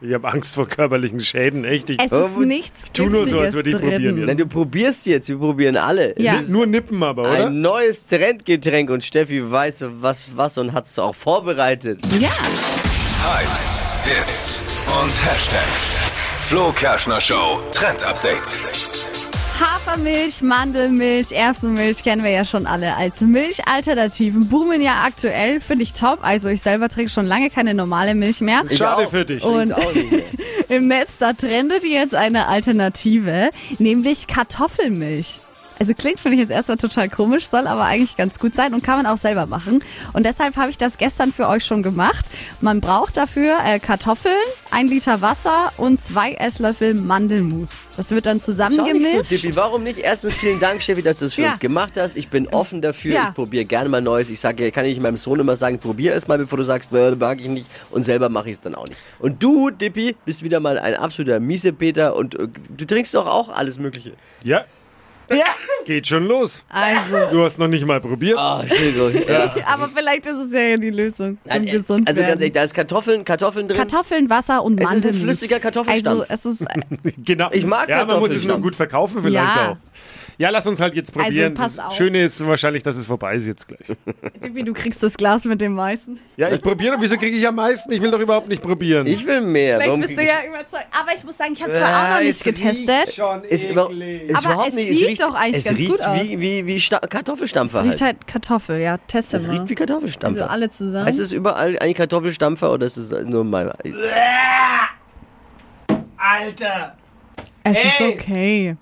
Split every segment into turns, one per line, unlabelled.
Ich habe Angst vor körperlichen Schäden, echt. Ich,
Es
ich
ist
Oh,
nichts.
Ähm, tu nur so, als würde ich
Giftiges
probieren
drin.
jetzt.
Nein, du probierst jetzt, wir probieren alle.
Ja.
will nur nippen aber, oder?
Ein neues Trendgetränk und Steffi weiß, was was und hat's auch vorbereitet.
Ja,
Hypes, Hits und Hashtags. Flo Kerschner Show Trend Update.
Hafermilch, Mandelmilch, Erbsenmilch kennen wir ja schon alle als Milchalternativen. Boomen ja aktuell, finde ich top. Also ich selber trinke schon lange keine normale Milch mehr.
Ich
Schade
auch.
für dich.
Oh.
Trink's
Und-
auch nicht mehr.
Im Netz, da trendet jetzt eine Alternative, nämlich Kartoffelmilch. Also klingt, finde ich jetzt erstmal total komisch, soll aber eigentlich ganz gut sein und kann man auch selber machen. Und deshalb habe ich das gestern für euch schon gemacht. Man braucht dafür äh, Kartoffeln, ein Liter Wasser und zwei Esslöffel Mandelmus. Das wird dann
Schau nicht so,
zusammengemischt.
Tippi. Warum nicht? Erstens vielen Dank, Steffi, dass du es für
Ja.
uns gemacht hast. Ich bin offen dafür.
Ja.
Ich probiere gerne mal Neues. Ich sage, kann ich meinem Sohn immer sagen, probier es mal, bevor du sagst, "Nö, mag ich nicht. Und selber mache ich es dann auch nicht. Und du, Dippi, bist wieder mal ein absoluter Miesepeter und äh, du trinkst doch auch alles Mögliche.
Ja,
ja,
geht schon los.
also.
Du hast noch nicht mal probiert.
Ah,
Oh, Entschuldigung. ja.
Aber vielleicht ist es ja die Lösung zum
Nein, äh,
gesund
also ganz
werden.
ehrlich, da ist Kartoffeln, Kartoffeln drin.
Kartoffeln, Wasser und
Es ist ein
Mandelmus.
flüssiger Kartoffelstampf.
Also es ist
Genau.
Ich mag
Ja, man muss es nur
Kartoffelstampf.
gut verkaufen vielleicht
Ja.
auch. Ja, lass uns halt jetzt
Also
probieren.
pass auf.
Das Schöne ist wahrscheinlich, dass es vorbei ist jetzt gleich.
Tippi, du kriegst das Glas mit dem meisten.
Ja, ich probiere. Wieso kriege ich am meisten? Ich will doch überhaupt nicht probieren.
Ich will mehr.
Hm. Vielleicht
Warum
bist du
krieg ich-
ja überzeugt. Aber ich muss sagen, ich habe es vorher auch noch nicht getestet.
Schon
Ist über, ist
Aber
überhaupt
es
nicht,
sieht
riecht,
doch eigentlich
es
ganz
riecht
gut aus.
wie, wie, wie Sta Kartoffelstampfer.
Es riecht
Halt.
halt Kartoffel, ja. Teste
Es
mal.
riecht wie Kartoffelstampfer.
Also alle zusammen.
Es ist überall ein Kartoffelstampfer oder es ist nur mein.
Alter,
es ist
Ey!
okay.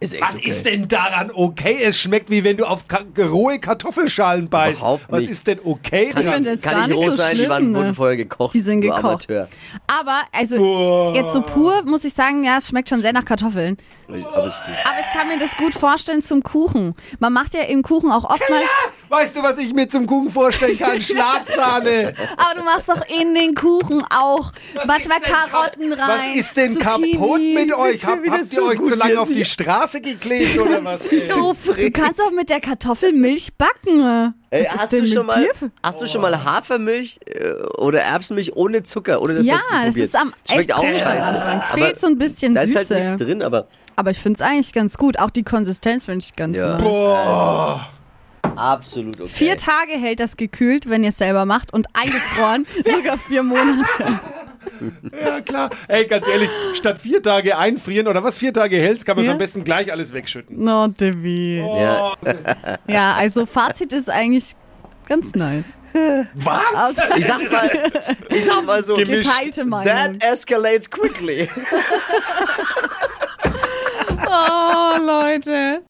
Ist echt
was
okay.
ist denn daran okay? Es schmeckt wie wenn du auf ka- rohe Kartoffelschalen beißt.
Überhaupt
Was
nicht.
ist denn okay
Kann,
dran?
find's jetzt
kann
gar
ich
nicht
groß
so
sein, die
schlimm,
waren
ne?
wurden vorher gekocht.
Die sind
du
gekocht.
Amateur.
Aber, also,
Boah.
jetzt so pur muss ich sagen, ja, es schmeckt schon sehr nach Kartoffeln.
Aber ist gut.
Aber ich kann mir das gut vorstellen zum Kuchen. Man macht ja im Kuchen auch oft mal.
Ah, Weißt du, was ich mir zum Kuchen vorstellen kann? Schlagsahne.
Aber du machst doch in den Kuchen auch manchmal Karotten rein.
Was ist denn
Zucchini.
kaputt mit euch?
Schon
Hab,
wieder
habt
zu
ihr euch
gut,
zu
wie
lange auf
es
die
hier-
Straße geklebt oder was? ey?
Du kannst auch mit der Kartoffel Milch backen.
Ey,
Was ist
hast,
denn
du
mit
schon mal,
dir?
hast du schon mal Hafermilch äh, oder Erbsenmilch ohne Zucker? Ohne das
Ja,
letzte
das
probiert?
ist am
Schmeckt auch
krass.
scheiße.
Fehlt so ein bisschen
Da ist
Süße.
halt nichts drin, aber,
Aber ich finde es eigentlich ganz gut. Auch die Konsistenz finde ich ganz
Ja.
nice.
Boah.
absolut okay.
Vier Tage hält das gekühlt, wenn ihr es selber macht und eingefroren sogar vier Monate.
Ja, klar. Ey, ganz ehrlich, statt vier Tage einfrieren oder was vier Tage hältst, kann man es
Ja.
am besten gleich alles wegschütten.
No, Debbie.
Ja.
Ja, also Fazit ist eigentlich ganz nice. Also,
Was?
Ich sag mal, ich sag mal so,
Gemischt.
Geteilte Meinung.
that escalates quickly.
Oh, Leute.